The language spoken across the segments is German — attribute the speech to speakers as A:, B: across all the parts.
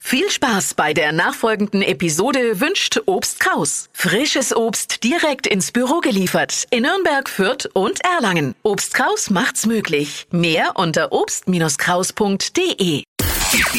A: Viel Spaß bei der nachfolgenden Episode wünscht Obst Kraus. Frisches Obst direkt ins Büro geliefert in Nürnberg, Fürth und Erlangen. Obst Kraus macht's möglich. Mehr unter obst-kraus.de.
B: Die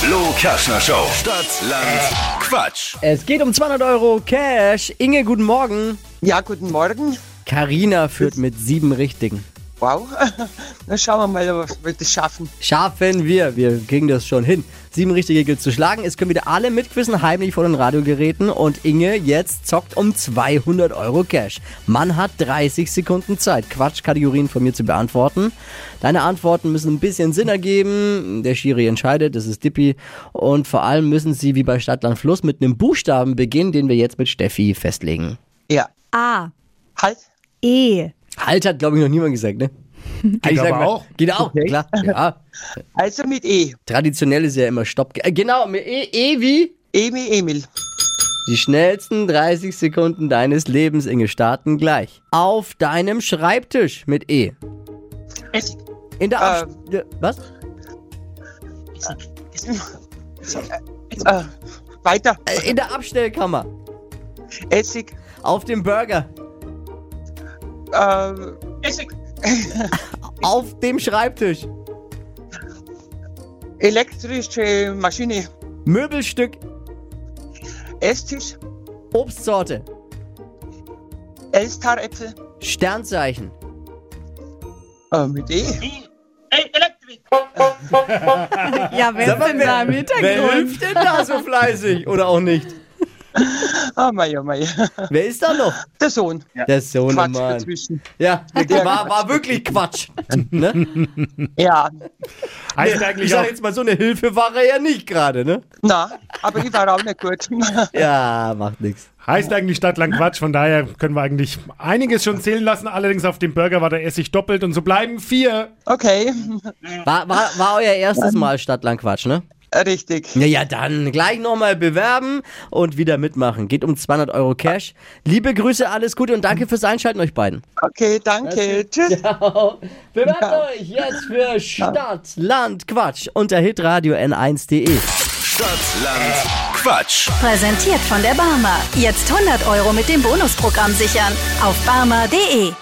B: Flo Kaschner Show. Stadt, Land, Quatsch.
C: Es geht um 200 Euro Cash. Inge, guten Morgen.
D: Ja, guten Morgen.
C: Karina führt mit sieben Richtigen.
D: Wow. Na, schauen wir mal, ob wir das schaffen.
C: Schaffen wir. Wir kriegen das schon hin. Sieben Richtige gilt zu schlagen. Es können wieder alle mitquissen, heimlich vor den Radiogeräten. Und Inge jetzt zockt um 200 Euro Cash. Man hat 30 Sekunden Zeit, Quatschkategorien von mir zu beantworten. Deine Antworten müssen ein bisschen Sinn ergeben. Der Schiri entscheidet, das ist Dippi. Und vor allem müssen sie wie bei Stadtland Fluss mit einem Buchstaben beginnen, den wir jetzt mit Steffi festlegen.
D: Ja.
E: A.
D: Halt.
E: E.
C: Halt hat, glaube ich, noch niemand gesagt, ne? Geht ich sag
F: aber
C: mal,
F: auch.
C: Geht auch, klar. Ja.
D: Also mit E.
C: Traditionell ist ja immer Stopp. ge- Äh, genau, mit e, e wie?
D: Emi, Emil.
C: Die schnellsten 30 Sekunden deines Lebens, Inge, starten gleich. Auf deinem Schreibtisch mit E.
D: Essig.
C: In der Abs Ja, Was?
D: Essig. Äh, weiter.
C: Äh, In der Abstellkammer.
D: Essig.
C: Auf dem Burger.
D: Äh, Essig.
C: Auf dem Schreibtisch.
D: Elektrische Maschine.
C: Möbelstück.
D: Esstisch.
C: Obstsorte.
D: Elstaräpfel.
C: Sternzeichen.
D: Äh, mit E.
E: Ja, wer ist denn da im
C: wer
E: Hintergrund?
C: hilft denn da so fleißig? Oder auch nicht?
D: Ah, mei, oh, mei.
C: Wer ist da noch?
D: Der Sohn.
C: Der Sohnemann.
D: Quatsch dazwischen.
C: Ja, war, war wirklich Quatsch. ne?
D: Ja.
F: Heißt
C: Ich
F: eigentlich auch,
C: sag jetzt mal, so eine Hilfe war er ja nicht gerade, ne?
D: Na, aber die war auch nicht gut.
C: Ja, macht nichts.
F: heißt eigentlich Stadtlang Quatsch, von daher können wir eigentlich einiges schon zählen lassen. Allerdings auf dem Burger war der Essig doppelt und so bleiben vier.
D: Okay.
C: War, war, war euer erstes Mal Stadtlangquatsch, ne?
D: Richtig.
C: Ja, ja, dann gleich nochmal bewerben und wieder mitmachen. Geht um 200 Euro Cash. Liebe Grüße, alles Gute und danke fürs Einschalten euch beiden.
D: Okay, danke. Tschüss.
C: Bewerbt euch jetzt für Stadt, Land, Quatsch unter hitradio n1.de.
B: Stadt, Land, Quatsch.
E: Präsentiert von der Barmer. Jetzt 100 Euro mit dem Bonusprogramm sichern. Auf barmer.de.